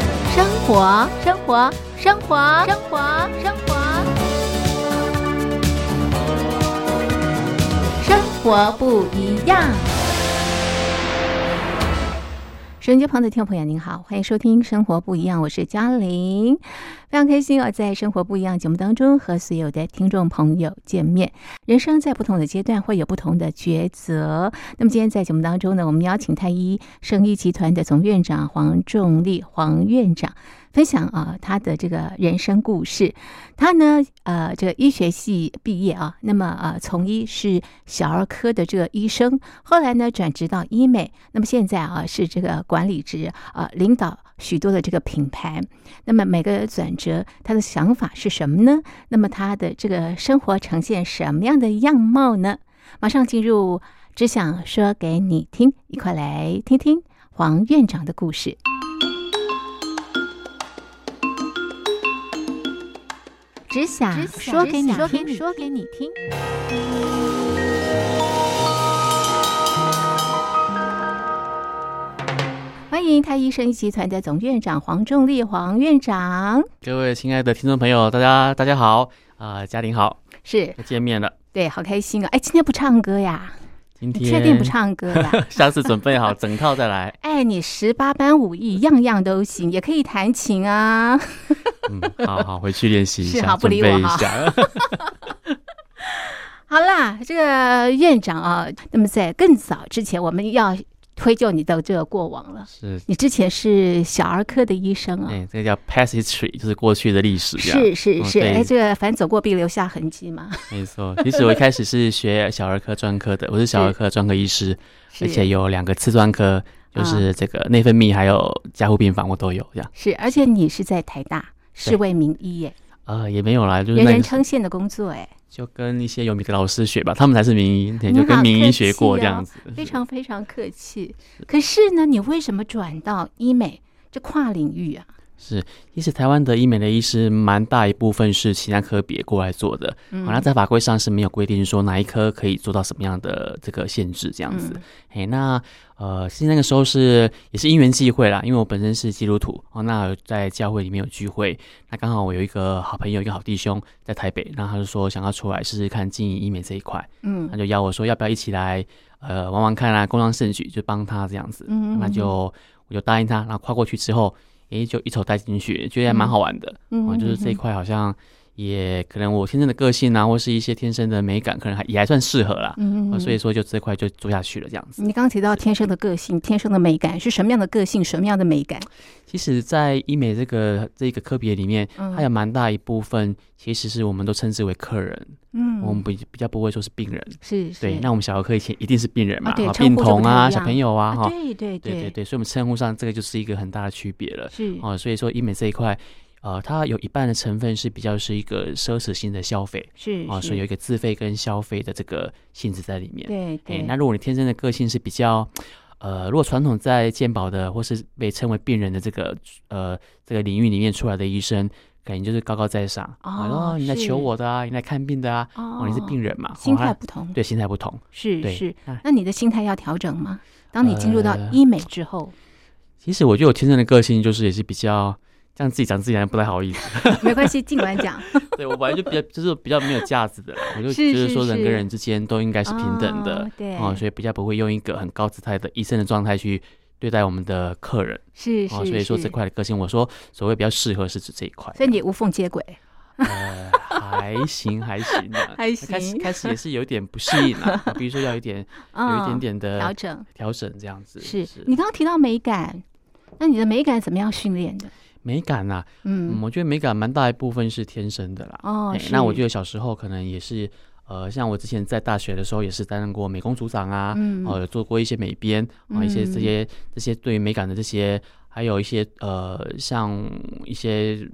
活，生活，生活，生活，生活，生活不一样。收音机旁的听众朋友，您好，欢迎收听《生活不一样》，我是嘉玲，非常开心哦，在《生活不一样》节目当中和所有的听众朋友见面。人生在不同的阶段会有不同的抉择。那么今天在节目当中呢，我们邀请太医圣医集团的总院长黄仲立黄院长分享啊他的这个人生故事。他呢，呃，这个医学系毕业啊，那么呃，从医是小儿科的这个医生，后来呢转职到医美，那么现在啊是这个管理职啊、呃，领导许多的这个品牌。那么每个转折，他的想法是什么呢？那么他的这个生活呈现什么样的样貌呢？马上进入，只想说给你听，一块来听听黄院长的故事。只想说给你听，说给你听。欢迎太医生医集团的总院长黄仲立黄院长，各位亲爱的听众朋友，大家大家好啊、嘉玲好，是又见面了。对，好开心哦！哎，今天不唱歌呀？今你天确 定不？唱歌呀？下次准备好整套再来。哎，你十八般武艺，样样都行，也可以弹琴啊。嗯，好好回去练习一 是下，好不准理备我一哈下。 好啦，这个院长啊，那么在更早之前，我们要推究你的这个过往了。是，你之前是小儿科的医生啊，哎、这叫 past history，就是过去的历史这样。是是嗯是，对哎，这个反走过必留下痕迹嘛，没错。哎其实我一开始是学小儿科专科的，我是小儿科专科医师，而且是有两个次专科，就啊是这个内分泌还有加护病房我都有这样。是，而且你是在台大是对位名医耶，呃，也没有啦，就是人那个人时候称羡的工作哎，就跟一些有名的老师学吧，他们才是名医，对，你就好跟名客医学过气这样哦子。非常非常客气。可是呢，你为什么转到医美这跨领域啊？是，其实台湾的医美的医师蛮大一部分是其他科别过来做的，好、嗯那在法规上是没有规定说哪一科可以做到什么样的这个限制这样嗯子。哎、那呃，其实那个时候是也是因缘际会啦，因为我本身是基督徒哦，那在教会里面有聚会，那刚好我有一个好朋友，一个好弟兄在台北，那他就说想要出来试试看经营医美这一块，嗯他就邀我说要不要一起来呃玩玩看啊，共襄盛举，就帮他这样子。嗯，那就我就答应他，然后跨过去之后，诶，就一头栽进去，觉得还蛮好玩的。嗯哦嗯就是这一块好像也可能我天生的个性啊，或是一些天生的美感，可能还也还算适合啦。嗯哦所以说就这块就做下去了这样子。你刚刚提到天生的个性、天生的美感是什么样的个性、什么样的美感？其实，在医美这个这个科别嗯里面，它有蛮大一部分其实是我们都称之为客人，嗯，我们比比较不会说是病人。是是对，那我们小儿科以前一定是病人嘛，啊对哦称病呼就不童啊、太一小样朋友啊，哈、啊，对对对对对，对，所以我们称呼上这个就是一个很大的区别了。是哦，所以说医美这一块，呃，它有一半的成分是比较是一个奢侈性的消费是哦，所以有一个自费跟消费的这个性质在里面。对哎对，那如果你天生的个性是比较，呃，如果传统在健保的或是被称为病人的这个呃这个领域里面出来的医生，感觉就是高高在上啊哦你来是求我的啊，你来看病的啊，哦哦，你是病人嘛，哦心他态不同，对心态不同。是对是那。那你的心态要调整吗？当你进入到呃医美之后，其实我觉得我天生的个性就是也是比较。这样自己讲自己还不太好意思， 没关系，尽管讲，对我本来就比较就是比较没有架子的啦，我就是觉得说是人是跟人之间都应该是平等的哦，对，哦，所以比较不会用一个很高姿态的医生的状态去对待我们的客人是是哦，所以说是这块的个性，我说所谓比较适合是指这一 块，所以你无缝接轨，呃还行还行啊， 还开始行开始也是有点不适应 啊，比如说要有一点有一点呃嗯点调的整。调整这样子，是你刚刚提到美感，那你的美感怎么样训练的？美感呐，嗯，嗯，我觉得美感蛮大一部分是天生的啦，哦哎，是那我觉得小时候可能也是，呃，像我之前在大学的时候也是担任过美工组长啊，嗯哦、有做过一些美编啊、一些这些这些对于美感的这些，还有一些呃，像一些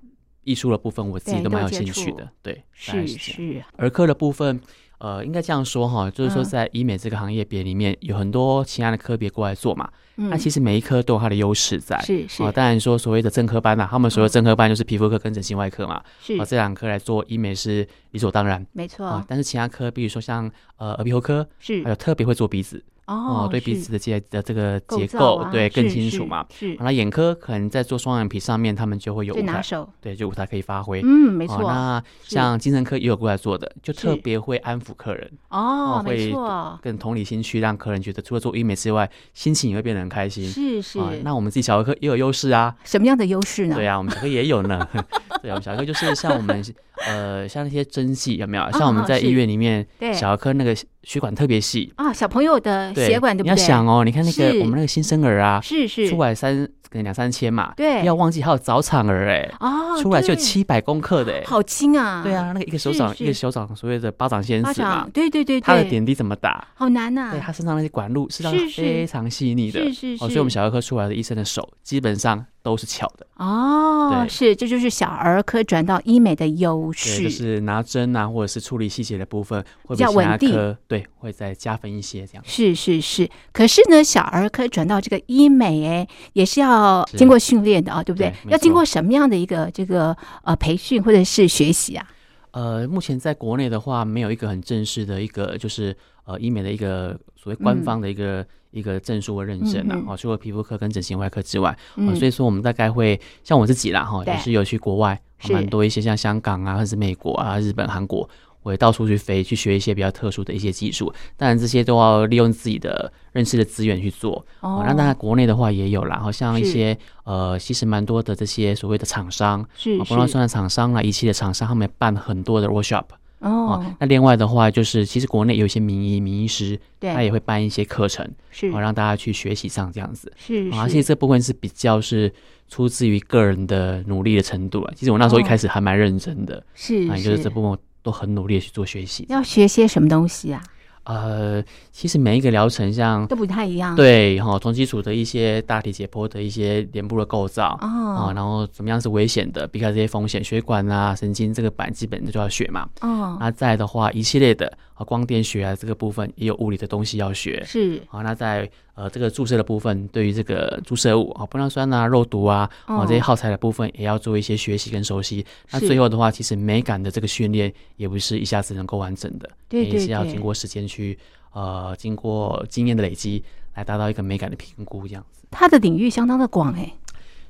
艺术的部分，我自己对都蛮都有接兴趣触的。对，大概是是这样是，儿科的部分，呃，应该这样说哈，就是说嗯在医美这个行业别里面，有很多其他的科别过来做嘛，那嗯，其实每一科都有它的优势在。是是嗯哦，当然说所谓的正科班呐、他们所谓的正科班就是皮肤科跟整形外科嘛，哦，是，这两科来做医美是理所当然没啊、错，但是其他科，比如说像呃耳鼻喉科，是还有特别会做鼻子嗯哦，对彼是此的结的这个构结造构啊对更是清楚是嘛。是好，那眼科可能在做双眼皮上面，他们就会有最舞拿台，手，对，就舞台可以发挥。嗯，没哦错，那是像精神科也有过来做的，就是特别会安抚客人，哦哦，没会错，更同理心去让客人觉得除了做医美之外，心情也会变得很开心。是是啊，，那我们自己小儿科也有优势啊，什么样的优势呢？对啊，我们小儿科也有呢。 对啊，我们小儿科就是像我们呃，像那些针剂有没有？像我们啊在是医院里面，对小儿科那个血管特别细，啊，小朋友的对血管对不你对？要想哦，你看那是个我们那个新生儿啊，是是出来三可能两三千嘛，对不要忘记还有早产儿哎，哦，出来就有对七百公克的哎，好轻啊，对，啊，那个一个手是掌是一个手掌所谓的巴掌先巴死嘛掌，，对对对他的对，点滴怎么打？好难呐，对他身上那些管路是让是是非常细腻的，是是哦，所是以我们小儿科出来的医生的手基本上都是巧的，哦，对是，这就是小儿科转到医美的优对，就势。是拿针啊或者是处理细节的部分会比较其他稳定科对会再加分一些这样。是是是，可是呢，小儿科转到这个医美，哎，也是要是经过训练的啊，对不对？对没要经错过什么样的一个这个呃培训或者是学习啊？呃，目前在国内的话，没有一个很正式的一个就是呃医美的一个所谓官嗯方的一个、一个证书或认证啊嗯嗯，哦，除了皮肤科跟整形外科之外，嗯，呃所以说我们大概会像我自己啦，哈、对也是有去国外，哦是蛮多一些像香港啊，或是美国啊、日本、韩国，我也到处去飞，去学一些比较特殊的一些技术。当然，这些都要利用自己的认识的资源去做。哦，那当然国内的话也有啦，好像一是些呃，其实蛮多的这些所谓的厂商，是啊，不论是算厂商啦、仪器的厂商，他们也办很多的 workshop 哦哦，那另外的话，就是其实国内有一些名医、名医师，他对，也会办一些课程，是哦，让大家去学习上这样子。是啊，其实是这部分是比较是出自于个人的努力的程度啊。其实我那时候一哦开始还蛮认真的，啊，是也就是这部分我都很努力的去做学习。要学些什么东西啊？呃，其实每一个疗程像都不太一样。哦对哈，从基础的一些大体解剖的一些脸部的构造。啊，哦然后怎么样是危险的，避开这些风险，血管啊、神经这个板基本的就要学嘛。哦，那再来的话，仪器类的啊，光电学啊这个部分也有物理的东西要学。是好，那在呃这个注射的部分，对于这个注射物啊，玻尿酸啊、肉毒啊，啊这些哦耗材的部分，也要做一些学习跟熟悉。那是最后的话，其实美感的这个训练也不是一下子能够完整的，对也对是要对经过时间去呃，经过经验的累积来达到一个美感的评估，这样子。它的领域相当的广哎，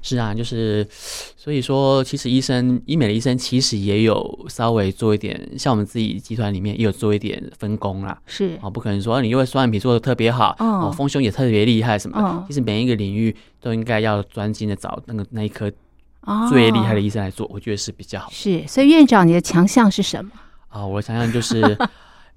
是啊，就是所以说，其实医生医美的医生其实也有稍微做一点，像我们自己集团里面也有做一点分工啦。是哦，不可能说你因为双眼皮做的特别好，哦哦，丰胸也特别厉害什么的。嗯其实每一个领域都应该要专精的找那个那一科哦最厉害的医生来做，我觉得是比较好是，所以院长你的强项是什么？啊、我想想就是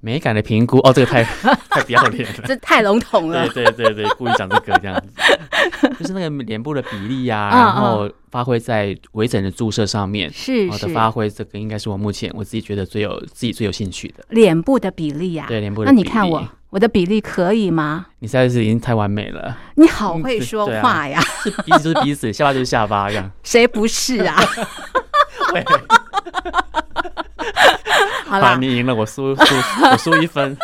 美感的评估，哦，这个太太不要脸 了。 这太笼统对了。对对对，故意讲这个这样子，就是那个脸部的比例呀、嗯然后发挥在微整的注射上面，哦是我是，的发挥，这个应该是我目前我自己觉得最有自己最有兴趣的。脸部的比例呀、对脸部的那你比看例我，我的比例可以吗？你实在是已经太完美了， 你好嗯会对说对啊话呀，是鼻子就是鼻子，下巴就是下巴 这样。谁不是 啊？对，好啦，你赢了，我输输 我输一分。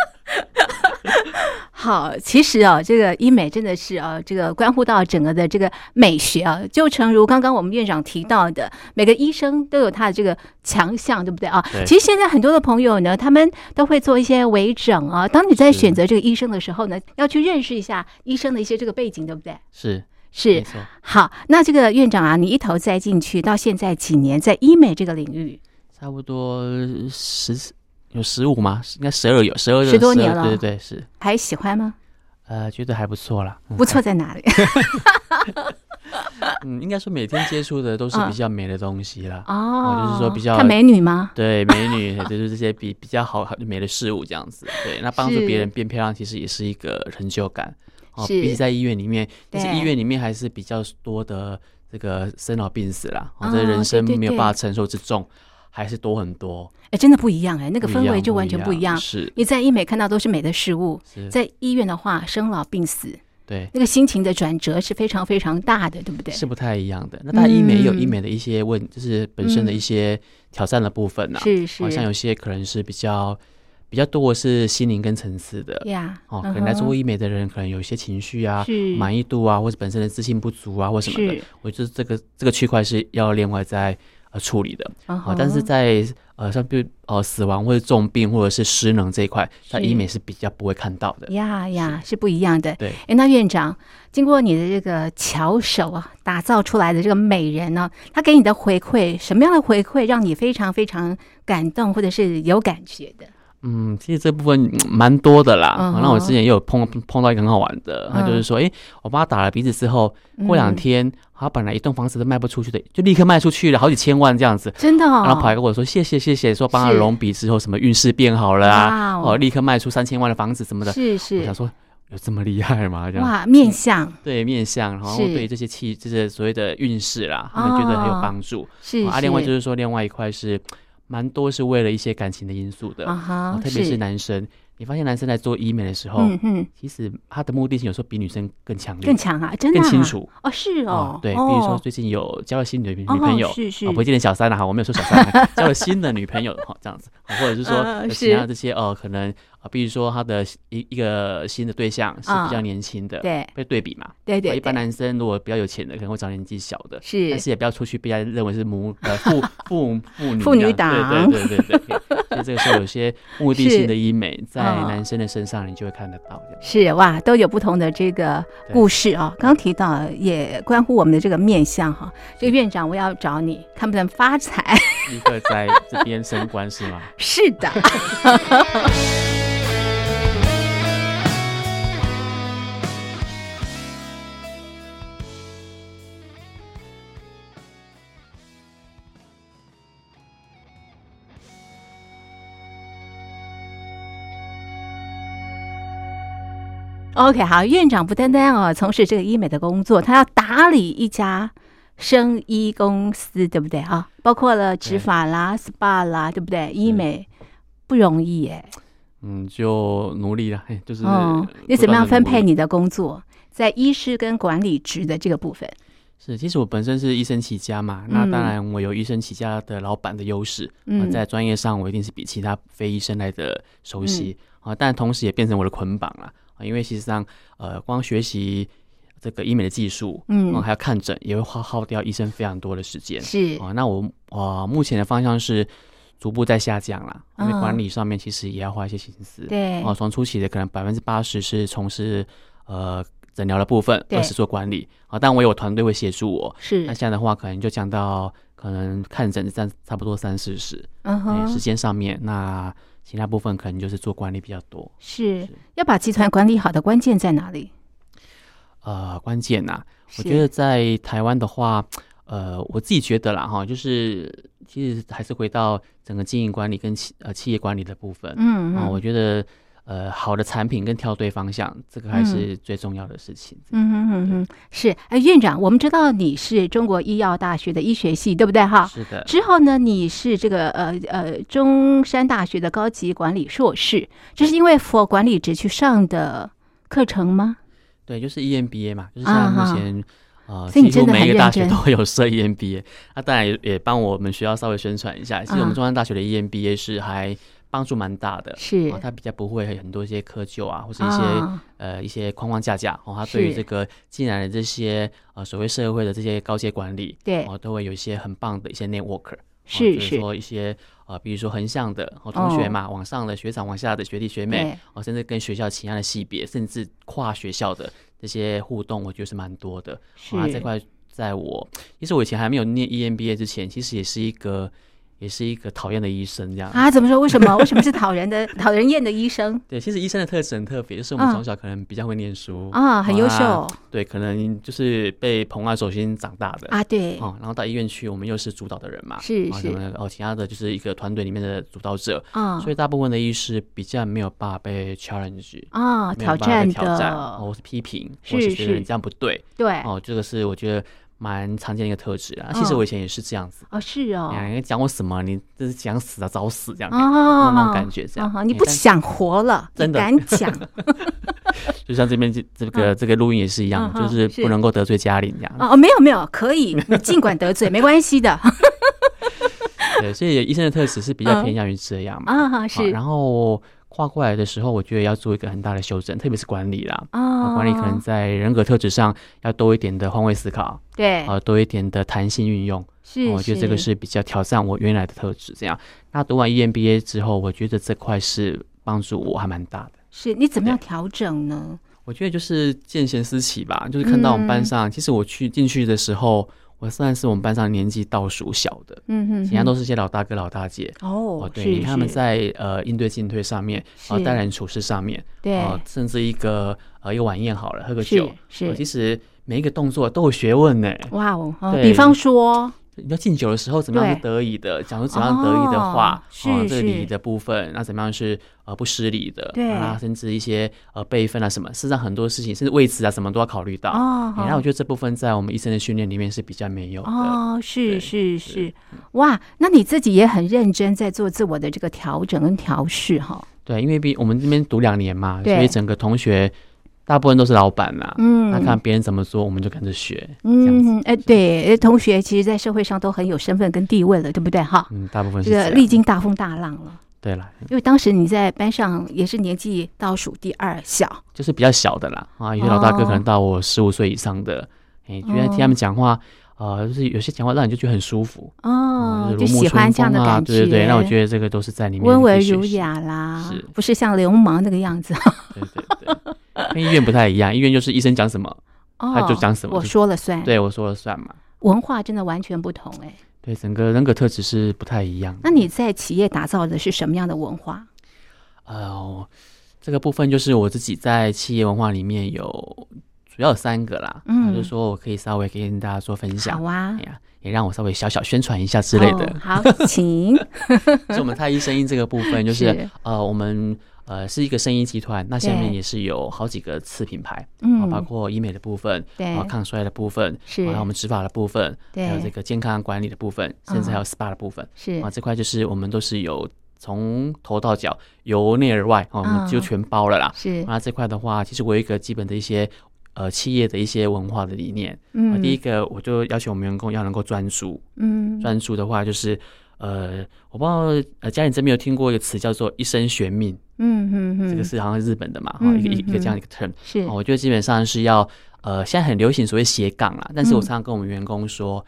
好，其实啊，这个医美真的是啊，这个关乎到整个的这个美学啊。就诚如刚刚我们院长提到的，每个医生都有他的这个强项，对不对啊？对其实现在很多的朋友呢，他们都会做一些微整啊。当你在是选择这个医生的时候呢，要去认识一下医生的一些这个背景，对不对？是没是错，好，那这个院长啊，你一头栽进去到现在几年，在医美这个领域，差不多十有十五吗？应该十二有，十二10多年了对对对，是。还喜欢 吗？呃，觉得还不错啦，嗯不错在哪里？嗯，应该说每天接触的都啊是比较美的东西啦，哦，就是说比较看美女吗？对，美女 就是这些比比较好美的事物这样子，对，那帮助是别人变漂亮，其实也是一个成就感。哦，是比起在医院里面，但是对医院里面还是比较多的这个生老病死啦，哦，哦这人生对对没有对办法承受之重，还是多很多。哎，真的不一样哎，那这个氛围就完全不一样。是你在医美看到都是美的事物，是，在医院的话，生老病死，对，那个心情的转折是非常非常大的，对不对？是不太一样的。那当然，医美也有医嗯美的一些问，就是本身的一些挑战的部分呐、是啊好像是有些可能是比较比较多的是心灵跟层次的。呀，哦，嗯可能来做哼医美的人，可能有一些情绪啊、是满意度啊，或者本身的自信不足啊，或什么的是。我觉得这个这个区块是要另外在呃处理的。啊好、哈但是在呃像比如呃死亡或者重病或者是失能这一块，在是医美是比较不会看到的。呀呀是不一样的。对，哎，那院长，经过你的这个巧手啊，打造出来的这个美人呢、他给你的回馈，什么样的回馈让你非常非常感动，或者是有感觉的？嗯，其实这部分嗯蛮多的啦。嗯那、我哼之前也有碰碰到一个很好玩的，他就是说，诶，我帮他打了鼻子之后，过两嗯天、他本来一栋房子都卖不出去的，就立刻卖出去了好几千万这样子。真的、哦，然后跑来跟我说谢谢谢谢，说帮他是隆鼻之后什么运势变好了啊，哇哦哦，立刻卖出三千万的房子什么的。是我是，想说有这么厉害吗？这样哇，面相对面相，然后是哦对这些气，这些所谓的运势啦，他们觉得很有帮助。是啊，另外就是是说，另外一块是蛮多是为了一些感情的因素的，啊哈哦，特别是男生，你发现男生在做医美的时候，嗯嗯，其实他的目的性有时候比女生更强烈、更强啊，真的、啊、更清楚。哦，是哦哦，对，比哦、如说最近有交了新女女朋友哦、，是是，哦，不见得小三了哈，我没有说小 三，啊交了新的女朋友哈，这样子，啊或者是说嗯有其他这些哦，可能啊，比如说他的一一个新的对象是比较嗯年轻的，对被对比嘛，啊对对一般对男生如果比较有钱的，可能会找年纪小的，是但是也不要出去被人家认为是母 呃父父父女妇女这样对对对对对， 所以这个时候有些目的性的医美在嗯男生的身上你就会看得到这样。是哇，都有不同的这个对故事啊、刚刚提到也关乎我们的这个面相哈、这个院长，我要找你，看不能发财。立刻在这边升官是吗？是的。OK，好，院长不单单哦从事这个医美的工作，他要打理一家生医公司，对不对啊？包括了植对发啦、SPA 啦，对不对？医美不容易耶。嗯，就努力了，嘿就是哦，你怎么样分配你的工作？在医师跟管理职的这个部分，是，其实我本身是医生起家嘛，那当然我有医生起家的老板的优势，啊嗯，在专业上我一定是比其他非医生来的熟悉、嗯啊，但同时也变成我的捆绑了啊，因为其实上呃，光学习这个医美的技术，呃嗯还要看诊，也会耗耗掉医生非常多的时间是啊。那我啊、目前的方向是逐步在下降啦，因为嗯管理上面其实也要花一些心思，对哦，从初期的可能百分之八十是从事呃诊疗的部分，对二十做管理啊。但我有团队会协助我。那是，现在的话，可能就降到可能看诊占差不多三四十，嗯哎、时哼，间上面。那其他部分可能就是做管理比较多。是是要把集团管理好的关键在哪里？呃，关键呐、是我觉得在台湾的话，呃，我自己觉得啦哈，就是其实还是回到整个经营管理跟企呃企业管理的部分。嗯啊，我嗯觉得呃，好的产品跟挑对方向，这个还是最重要的事情。嗯哼嗯哼，是。哎，院长，我们知道你是中国医药大学的医学系，对不对哈？是的，之后呢，你是这个呃呃中山大学的高级管理硕士，这是因为 for 管理职去上的课程吗？对，就是 E EMBA 嘛，就是现在啊目哈前。呃，所以你几真乎的每很一个大认学真都有设 E EMBA，那、啊当然也也帮我们学校稍微宣传一下。其实我啊们中山大学的 E EMBA 是还帮助蛮大的，是哦，它比较不会很多一些窠臼啊，或是一些、啊，呃一些框框架架哦，它对于是这个进来的这些呃所谓社会的这些高阶管理对，哦，都会有一些很棒的一些 network，是哦就是是说一些呃，比如说横向的哦，同学嘛，往上的学长，往下的学弟学妹对，哦，甚至跟学校其他的系别，甚至跨学校的这些互动，我觉得是蛮多的。是啊，这块在我其实我以前还没有念 E EMBA 之前，其实也是一个也是一个讨厌的医生这样。啊，怎么说？为什么？为什么是讨人 的、讨人厌的医生对，其实医生的特质很特别，就是我们嗯从小可能比较会念书啊？很优秀啊对，可能就是被捧在手心长大的啊，对，哦，然后到医院去，我们又是主导的人嘛，是哦是什么的哦，其他的就是一个团队里面的主导者，啊所以大部分的医师比较没有办法被 challenge，啊，没有挑办法战被的，挑战，哦，或是批评，是或是觉得是你这样不对，对，哦，这个是我觉得蛮常见的一个特质啊。其实嗯我以前也是这样子，哦，是哦，哎你讲我什么？你这是想死啊，找死这样，啊，那种感觉这样啊你哎不但想活了，你真的 敢讲就像这边这这个这个录音也是一样，嗯就哼是是不能够得罪家里这样。哦？没有没有，可 以，你尽管得罪，没关系的对，所以医生的特质是比较嗯偏向于这样嘛。啊，啊是然后跨过来的时候，我觉得要做一个很大的修正，特别是管理啦。啊啊管理可能在人格特质上要多一点的换位思考，对，啊，多一点的弹性运用。哦是，我觉得这个是比较挑战我原来的特质。这样，那读完 E EMBA 之后，我觉得这块是帮助我还蛮大的。是你怎么样调整呢？我觉得就是见贤思齐吧，就是看到我们班上，嗯其实我去进去的时候，我算是我们班上年纪倒数小的，嗯哼，其他都是些老大哥老大姐。哦，对，是他们是在呃应对进退上面，啊、是待人处事上面，对啊甚至一个呃一个晚宴好了，喝个是酒，是呃其实每一个动作都有学问呢。哇哦，哦对比方说，你要敬酒的时候怎么样是对得意的，讲出怎么样得意的哦话，啊是这个礼仪是的部分，那怎么样是呃不失礼的，对啊，甚至一些呃辈分啊什么，事实上很多事情甚至位置啊什么都要考虑到。哦哎那我觉得这部分在我们医生的训练里面是比较没有的。哦，是对嗯是是，哇，那你自己也很认真在做自我的这个调整跟调试哈，对，因为毕我们这边读两年嘛，对所以整个同学大部分都是老板啦、嗯那看别人怎么做，我们就跟着学。样子嗯，哎，对，哎同学其实，在社会上都很有身份跟地位了，对不对哈？嗯，大部分是这这个样。嗯历经大风大浪了，对啦，因为当时你在班上也是年纪倒数第二小，就是比较小的啦，啊，有些老大哦哥可能到我十五岁以上的，哎、觉得听他们讲话，呃，就是有些讲话让你就觉得很舒服，哦嗯，就如沐喜欢春这样的风啊感觉，对对对，那我觉得这个都是在里面温可以文学儒习，雅啦是，不是像流氓那个样子。对对对，跟医院不太一样，医院就是医生讲 什么，哦， 他就讲什么我就说了算。，对我说了算嘛，文化真的完全不同哎、对，整个人格特质是不太一样的。那你在企业打造的是什么样的文化？呃，这个部分就是我自己在企业文化里面有主要有三个啦，啊嗯我就说我可以稍微跟大家做分好享，啊哎，呀，也让我稍微小小宣传一下之类的。 哦好，请所以我们太医声音这个部分，就是是呃，我们呃是一个声音集团，那下面对也是有好几个次品牌，啊，包嗯，括医美的部分，对啊，抗衰的部分，啊是还有我们植发的部分，对嗯还有这个健康管理的部分，甚至还有 SPA 的部分，是啊，这块就是我们都是有从头到脚，由内而外，哦，我嗯们就全包了啦。是，那这块的话，其实我有一个基本的一些呃企业的一些文化的理念。啊嗯，第一个，我就要求我们员工要能够专注。嗯，专注的话，就是呃，我不知道呃，家里这边有听过一个词叫做“一生悬命”，嗯嗯这个嗯，是好像是日本的嘛，哈、嗯一个一嗯个一个这样嗯一个 term、是哦。我觉得基本上是要呃，现在很流行所谓斜杠啦，但是我嗯常常跟我们员工说。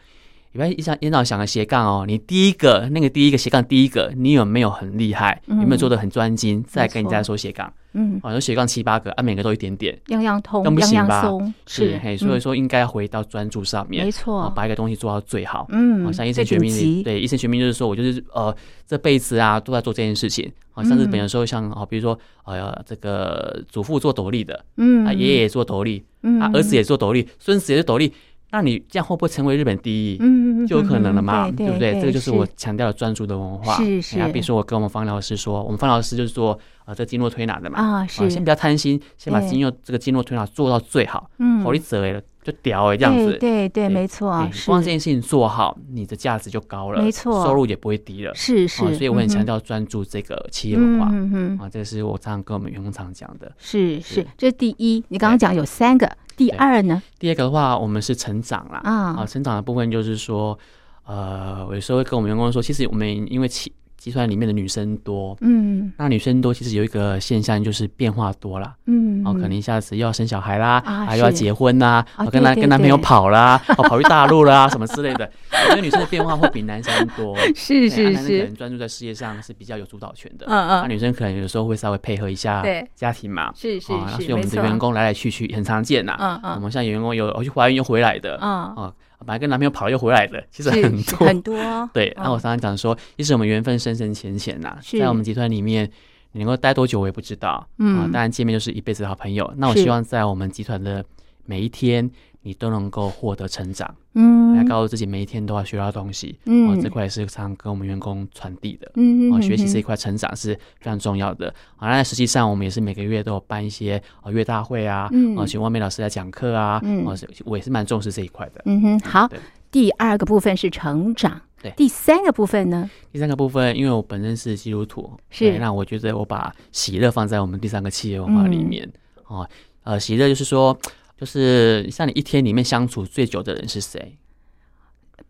你不要一想一脑想个斜杠哦，你第一个那个第一个斜杠第一个，你有没有很厉害？嗯有没有做的很专精？再跟人家没说斜杠，嗯，好像斜杠七八个啊，每个都一点点，样样通那，不样行样吧松，嘿，嗯所以说应该要回到专注上面没，哦错，把一个东西做到最好。嗯好像医最生学顶命级令，对医生学命就是说我就是呃这辈子啊都在做这件事情。好、像嗯日本有时候像哦，比如说呃这个祖父做斗笠的，嗯，啊爷爷也做斗笠，嗯，啊儿子也做斗笠，孙子也是斗笠，那你这样会不会成为日本第一？嗯，嗯，嗯就有可能了嘛，嗯对不对？这个就是我是强调的专注的文化。是哎呀是比如说我跟我们方疗师说，我们方疗师就是做呃这经络推拿的嘛，啊，是，先不要贪心，先把对经络这个经络推拿做到最好，嗯好力折了就屌哎这样子，对对对，对没错哎，是光这件事情做好，你的价值就高了，没错收入也不会低了。是哦是，所以我很强调调专注这个企业文化、嗯嗯嗯，啊，这个是我常常跟我们员工常讲的。是是是，这是第一，你刚刚讲有三个，第对二呢第二个的话，我们是成长啦，啊，成长的部分就是说，呃，我有时候会跟我们员工说，其实我们因为企集团里面的女生多，嗯那女生多其实有一个现象就是变化多啦。嗯，哦，可能一下子又要生小孩啦，啊又要是结婚啦，啊哦跟男对对跟男朋友对跑啦，哦，跑去大陆啦，什么之类的。我觉得女生的变化会比男生多， 是嗯对啊是男生可是，能专注在事业上是比较有主导权的，嗯那嗯，女生可能有时候会稍微配合一下对家庭嘛，是是啊，那所以是，我没们的错，员工来来去去很常见呐。嗯我嗯们像有员工有哦去怀孕又回来的，嗯，哦，本来跟男朋友跑了又回来的，其实 很是是多。很多，对，嗯那我常常讲说，其实我们缘分深深浅浅呐，是在我们集团里面。你能够待多久，我也不知道。嗯啊，当然见面就是一辈子的好朋友。那我是希望在我们集团的每一天，你都能够获得成长，来嗯告诉自己每一天都要学到东西。哦，这嗯块也是常跟我们员工传递的。嗯哦，嗯学习这一嗯块成长是非常重要的。啊，那实际上我们也是每个月都有办一些呃月大会啊，嗯哦，请外面老师来讲课啊，嗯哦，是我也是蛮重视这一块的。嗯哼，好对，第二个部分是成长对，第三个部分呢第三个部分，因为我本身是基督徒，是对那我觉得我把喜乐放在我们第三个企业文化里嗯面。哦，呃，喜乐就是说，就是像你一天里面相处最久的人是谁？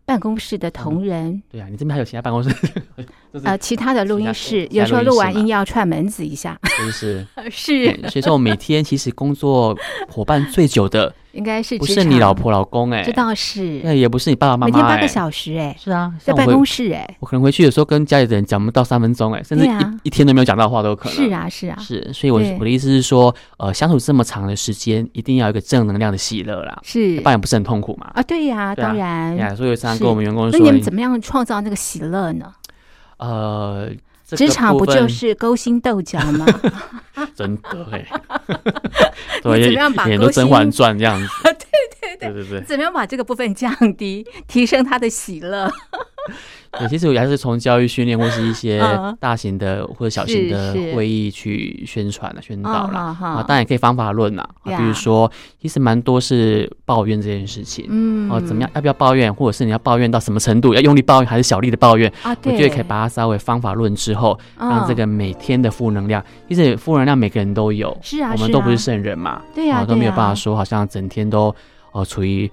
办公室的同仁，对啊，你这边还有其他办公室，嗯 就是呃，其他的录音室，有其时他候录音室录完音嘛要串门子一 下，就是。 是嗯所以说，我每天其实工作伙伴最久的应该是不职是你场老，婆老公哎、这倒是对，也不是你爸爸妈每妈、天哎，八个小时哎，是啊，在像我办回公室哎，我可能回去有时候跟家里的人讲不到三分钟、哎，甚至一、对啊一天都没有讲到话都有可能。是啊是啊，是，所以我对我的意思是说，呃，相处这么长的时间，一定要有一个正能量的喜乐啦，是不然不是很痛苦嘛。啊，对呀，对啊当哎然。呀，所以我常嗯常是跟我们员工那说，你们怎么样创造那个喜乐呢？呃，这职个场部不就分是勾心斗角吗？真的 哎、你对，怎演么样把演勾都《甄嬛心传》这 样子。对对对对 怎么样把这个部分降低，提升他的喜乐？对，其实我还是从教育训练或是一些嗯大型的或者小型的是嗯是会议去宣传的、宣导啦。哈啊，哈，当然也可以方法论啦，啊，比呀如说，其实蛮多是抱怨这件事情，嗯哦，怎么样，要不要抱怨，或者是你要抱怨到什么程度，要用力抱怨还是小力的抱怨，啊？我对，觉得可以把它稍微方法论之后，让这嗯个每天的负能量，其实负能量每个人都有，是啊，我们都不是啊圣人嘛，对呀哦都没有对呀办法说好像整天都哦、呃处于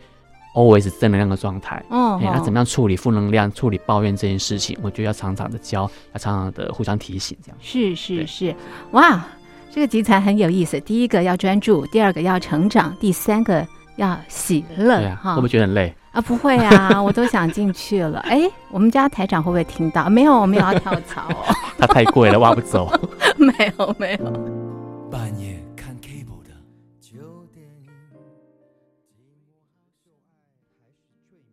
always 正能量的状态。哦，哎，那怎么么样处理负能量、处理抱怨这件事情？我觉得要常常的教，要常常的互相提醒，这样。是是对是，哇，这个集团很有意思。第一个要专注，第二个要成长，第三个要喜对乐啊，会不会觉得很累？啊，不会啊，我都想进去了。哎，我们家台长会不会听到？没有，我没有要跳槽哦， 它太贵了，挖不走。没有没有。半夜看 cable 的，旧电影，寂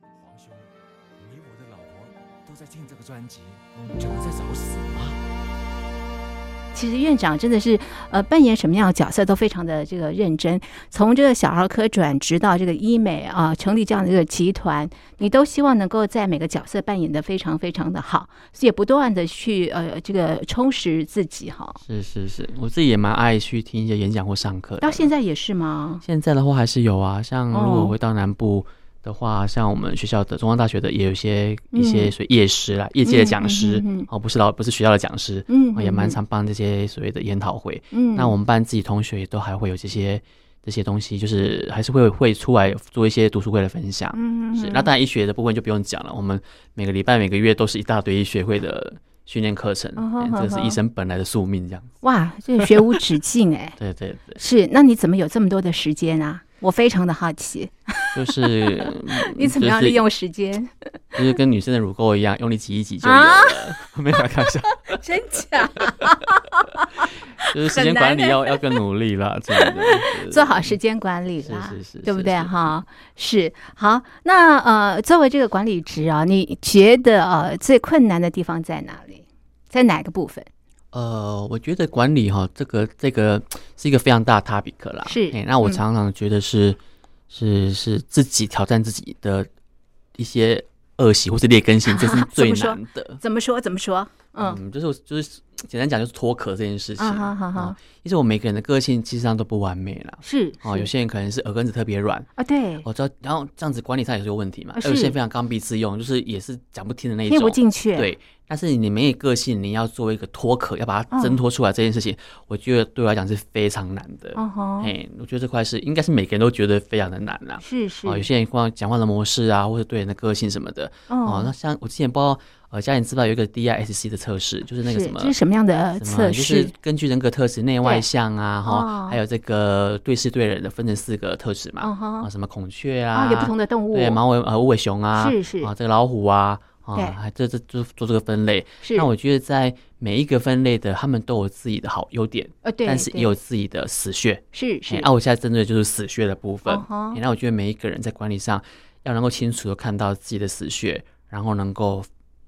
寞和秀爱还是罪名吗？皇兄，你我的老婆都在听这个专辑，就在找死吗？其实院长真的是，呃，扮演什么样的角色都非常的这个认真。从这个小儿科转职到这个医美啊、成立这样的一个集团，你都希望能够在每个角色扮演的非常非常的好，所以也不断的去呃这个充实自己哈。是是是，我自己也蛮爱去听一些演讲或上课的。到现在也是吗？现在的话还是有啊，像如哦果回到南部的话，像我们学校的中央大学的也有一些一些嗯所谓业师啦，业界的讲师嗯嗯嗯嗯哦，不是老不是学校的讲师，嗯哦也蛮嗯常办这些所谓的研讨会。嗯那我们班自己同学也都还会有这些这些东西，就是还是会会出来做一些读书会的分享。嗯是，那当然医学的部分就不用讲了，我们每个礼拜每个月都是一大堆医学会的训练课程，哦吼嗯吼这是吼医生本来的宿命这样子。、哇，这个学无止境哎 对对对，是，那你怎么有这么多的时间啊？我非常的好奇，就是 嗯你怎么样就是利用时间？ 就是跟女生的乳沟一样，用力挤一挤就有了。啊 没有啦开玩 笑，真假？ 就是时间管理要要更努力啦，真的是欸做好时间管理啦，是是是对不是对啊是哈？是好，那呃，作为这个管理职啊，你觉得呃最困难的地方在哪里？在哪个部分？呃，我觉得管理哈，这个这个是一个非常大的 topic 啦。是哎那我嗯常常觉得是、是是自己挑战自己的一些恶习或是劣根 性，这是最怎么说难的。怎么说？怎么说？嗯，嗯，就是我就是简单讲，就是脱壳这件事情。啊哈哈哈啊，其实我每个人的个性其实上都不完美啦。是哦，有是些哦人可能是耳根子特别软，啊，对，我知道，然后这样子管理上也是有问题嘛。啊还有些是人非常刚愎自用，就是也是讲不听的那一种，听不进去，，对，但是你没有个性，你要作为一个脱壳，要把它挣嗯脱出来这件事情，我觉得对我来讲是非常难的。哦吼，哎、我觉得这块是应该是每个人都觉得非常的难啦。是是，哦，有些人光讲话的模式啊，或者对人的个性什么的。哦，那哦，像我之前不知道，呃，家人知不知道有一个 DISC 的测试，就是那个是什么这是什么样的什么，测就是试？根据人格特质内外向啊，哈、哦还有这个对事对人的分成四个特质嘛，嗯哼啊，什么孔雀啊，有不同的动物，对，毛尾呃无尾熊啊，是是啊，这个老虎啊，啊对，还这这就做这个分类。是，那我觉得在每一个分类的，他们都有自己的好优点，呃，对，但是也对有自己的死穴。是是哎，啊，我现在针对的就是死穴的部分。嗯哼哎那我觉得每一个人在管理上要能够清楚的看到自己的死穴，然后能够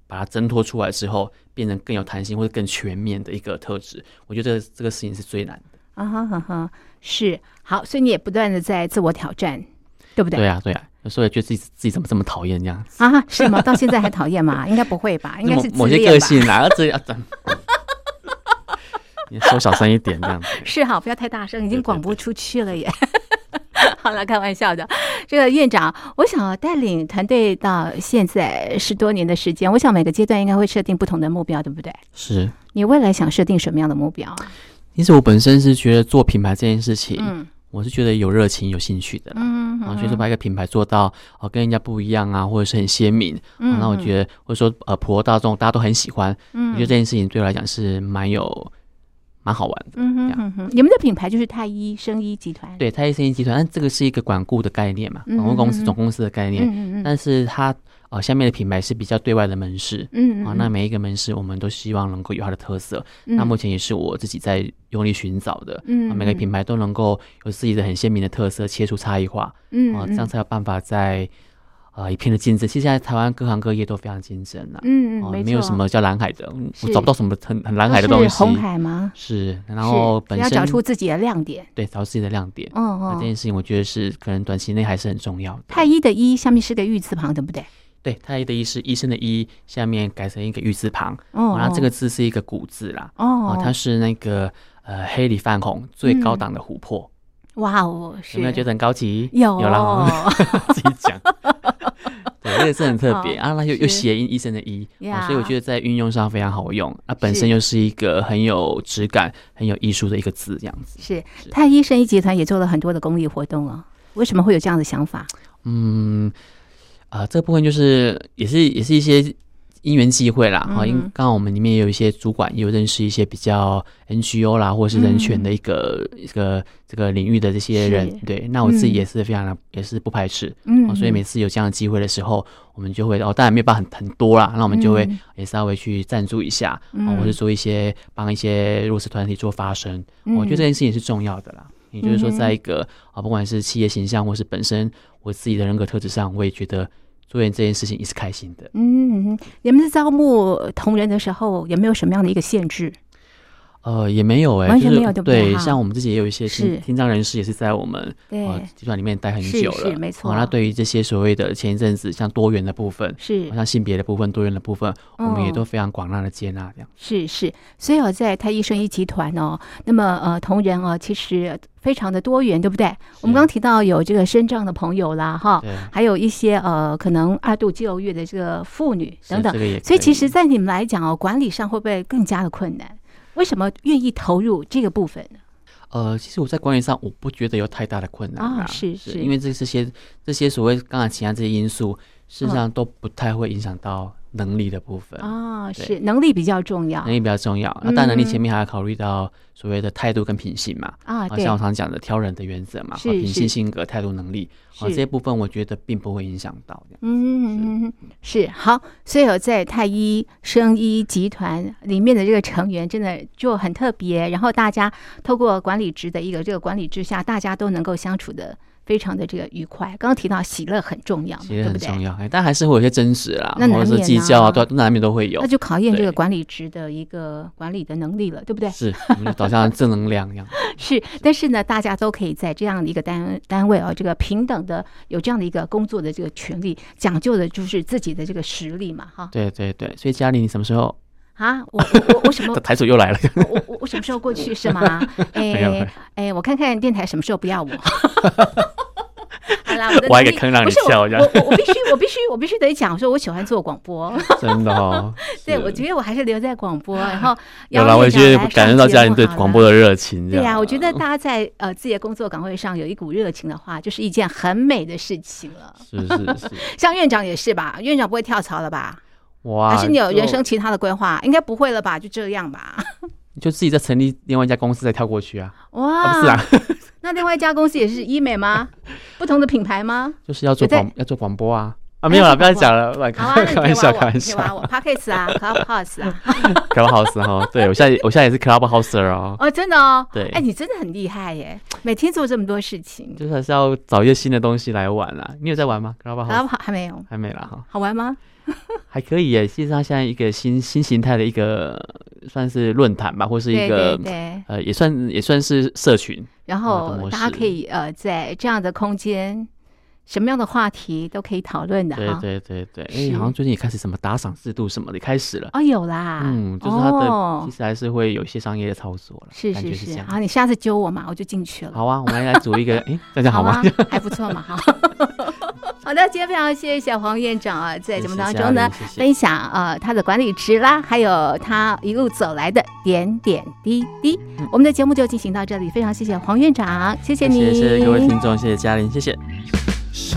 把它挣脱出来之后，变成更有弹性或者更全面的一个特质。我觉得这这个事情是最难的。啊哈哈哈，是好，所以你也不断的在自我挑战，对不对？对啊，对啊，有时候也觉得自己自己怎么这么讨厌这样子。啊，是吗？到现在还讨厌 吗？应该不会啊吧，应该某是自某些恋个吧性啊啦，要这样。 你说小声一点，这样子。是哈，不要太大声，已对经对广播对出去了耶。 好了，开玩笑的。这个院长，我想带领团队到现在十多年的时间，我想每个阶段应该会设定不同的目标，对不对？是，你未来想设定什么样的目标啊？其实我本身是觉得做品牌这件事情，嗯，我是觉得有热情、有兴趣的啦。嗯啊，所以说把一个品牌做到哦跟人家不一样啊，或者是很鲜明，啊嗯那我觉得或者说呃普罗大众大家都很喜欢，我嗯觉得这件事情对我来讲是蛮有蛮好玩的。嗯哼这样哼哼，你们的品牌就是太一生医集团，对，太一生意集团，但这个是一个管顾的概念嘛，嗯管顾公嗯司、嗯总公司的概念，嗯，嗯嗯但是它呃下面的品牌是比较对外的门市。嗯嗯啊，嗯那每一个门市，我们都希望能够有它的特色。嗯那目前也是我自己在用力寻找的。嗯啊，每个嗯品牌都能够有自己的很鲜明的特色，切出差异化。嗯啊，嗯这样才有办法在啊、一片的竞争。其实现在台湾各行各业都非常竞争啊，嗯嗯，哦没没有错什么叫蓝海的，嗯我是找不到什么很很蓝都海的东是红西。海吗？是，然是后所以本要身找出自己的亮点，对找自己的亮点。啊嗯那这嗯。件事情，我觉得是可能短期内还是很重要的。太一的一下面是个玉字旁，对不对？对太医的医是医生的医，下面改成一个玉字旁，哦，然后这哦个字是一个古字啦，哦，它是那个呃黑里泛红最高嗯档的琥珀，哇哦，是有没有觉得很 高级？有哦有啦， 自己 讲。对，这个是很特别啊，那又又哦是谐音医生的医、啊呀所以我觉得在运用上非常好用。那、本是身又是一个很有质感、很有艺术的一个字，这样子。是太一生意集团也做了很多的公益活动哦。为什么会有这样的想法？嗯，啊、这部分就是也是也是一些因缘际会啦。哈、因嗯刚好我们里面也有一些主管，也有认识一些比较嗯 NGO 啦，或是人权的一个、一个这个领域的这些人是。对，那我自己嗯也是非常的、也是不排斥。嗯哦，所以每次有这样的机会的时候，我们就会哦，当然没有办法很很多啦，那我们就会嗯也稍微去赞助一下，哦嗯，或是做一些帮一些弱势团体做发声，嗯我觉得这件事情是重要的啦。也就是说，在一个啊、不管是企业形象或是本身我自己的人格特质上，我也觉得做这件事情也是开心的。嗯，嗯你们在招募同仁的时候有没有什么样的一个限制？呃，也没有哎、完就全是没有对不对对，哈像我们自己也有一些是听听障人士，也是在我们对呃集团里面待很是久是了，没错哦那对于这些所谓的前一阵子像多元的部分，是好像性别的部分、多元的部分，我们也嗯都非常广纳的接纳这样。是是，所以我在太医生医集团哦，那么呃，同仁哦，其实非常的多元，对不对？我们刚刚提到有这个身障的朋友啦，哈，对，还有一些呃，可能二度就业的这个妇女是等等这，个也可，所以其实，在你们来讲哦，管理上会不会更加的困难？为什么愿意投入这个部分呢？呃，其实我在管理上我不觉得有太大的困难啊啦是是因为这这些这些所谓刚才其他这些因素，事实上都不太会影响到能力的部分。嗯啊、对哎是能力比较重要能力比较重要，那但能力嗯前面还要考虑到所谓的态度跟品性嘛，啊，啊，对像我，常讲的挑人的原则嘛，啊是品是性、性格、态度、能力，啊，是这些部分我觉得并不会影响到这样。嗯，嗯嗯是好，所以有在太一生医集团里面的这个成员，真的就很特别。然后大家透过管理职的一个这个管理之下，大家都能够相处的非常的这个愉快。刚刚提到喜乐很重要嘛，其啊对实不很对？重要，哎但还是会有一些争执啦，那或者难是免计较啊啊，对啊，难免都会有那。就考验这个对管理职的一个管理的能力了，对不对？是，我们就导向正能量一样。 是，但是呢，大家都可以在这样的一个单单位啊，这个平等的有这样的一个工作的这个权利，讲究的就是自己的这个实力嘛，哈对对对，所以嘉玲，你什么时候？啊，我我我我 什么台主又来了。我我我我什么时候过去是吗？ 没有没有哎哎，我看看电台什么时候不 要我。好啦，我的挖能一个力坑让不你是我跳一下我我我必须我必须我必须得讲，说我喜欢做广播，，真的哦 对我 是觉得我还是留在广播， 然后有邀啦，我院也长觉得来感上受到节家目人对好广了播的热情。啊对呀、呀，我觉得大家在呃自己的工作岗位上有一股热情的话，就是一件很美的事情了。是是 是，像院长也是吧，院长不会跳槽了吧？哇！还是你有就人生其他的规划？应该不会了吧？就这样吧。就自己再成立另外一家公司再跳过去啊？哇，啊，不是啊， 那另外一家公司也是医美吗？不同的品牌吗？就是要做有在广要做广播啊啊，没有啦，不要讲了，乱好啊，那开你开可玩以挖笑，我，你可开玩以挖我笑 p o d c a s t 啊，Clubhouse 啊， ，Clubhouse 哈，对我现在我现在也是 Clubhouse 哦，哦，真的哦，对哎，你真的很厉害耶，每天做这么多事情，就是还是要找一些新的东西来玩啦。你有在玩吗好？Clubhouse 不好？还没有，还没啦哈，好玩吗？还可以耶。其实它现在一个新新形态的一个算是论坛吧，或是一对个对对，呃，也算也算是社群，然啊的后模大家式可以呃，在这样的空间，什么样的话题都可以讨论的对哈。对对对，哎、是好像最近也开始什么打赏制度什么的也开始了。哦，有啦，嗯，就是它的、哦其、实还是会有一些商业的操作了，是感觉是是这是，啊样。好，你下次揪我嘛，我就进去了。好啊，我们来组一个，哎、大家好啊吗？，还不错嘛，哈。 好的，今天非常谢谢小黄院长啊，在节目当中呢，谢谢嘉分玲享呃他的管理值啦，还有他一路走来的点点滴滴。嗯我们的节目就进行到这里，非常谢谢黄院长，谢谢谢谢，你，谢谢各位听众，谢谢嘉玲，谢谢。什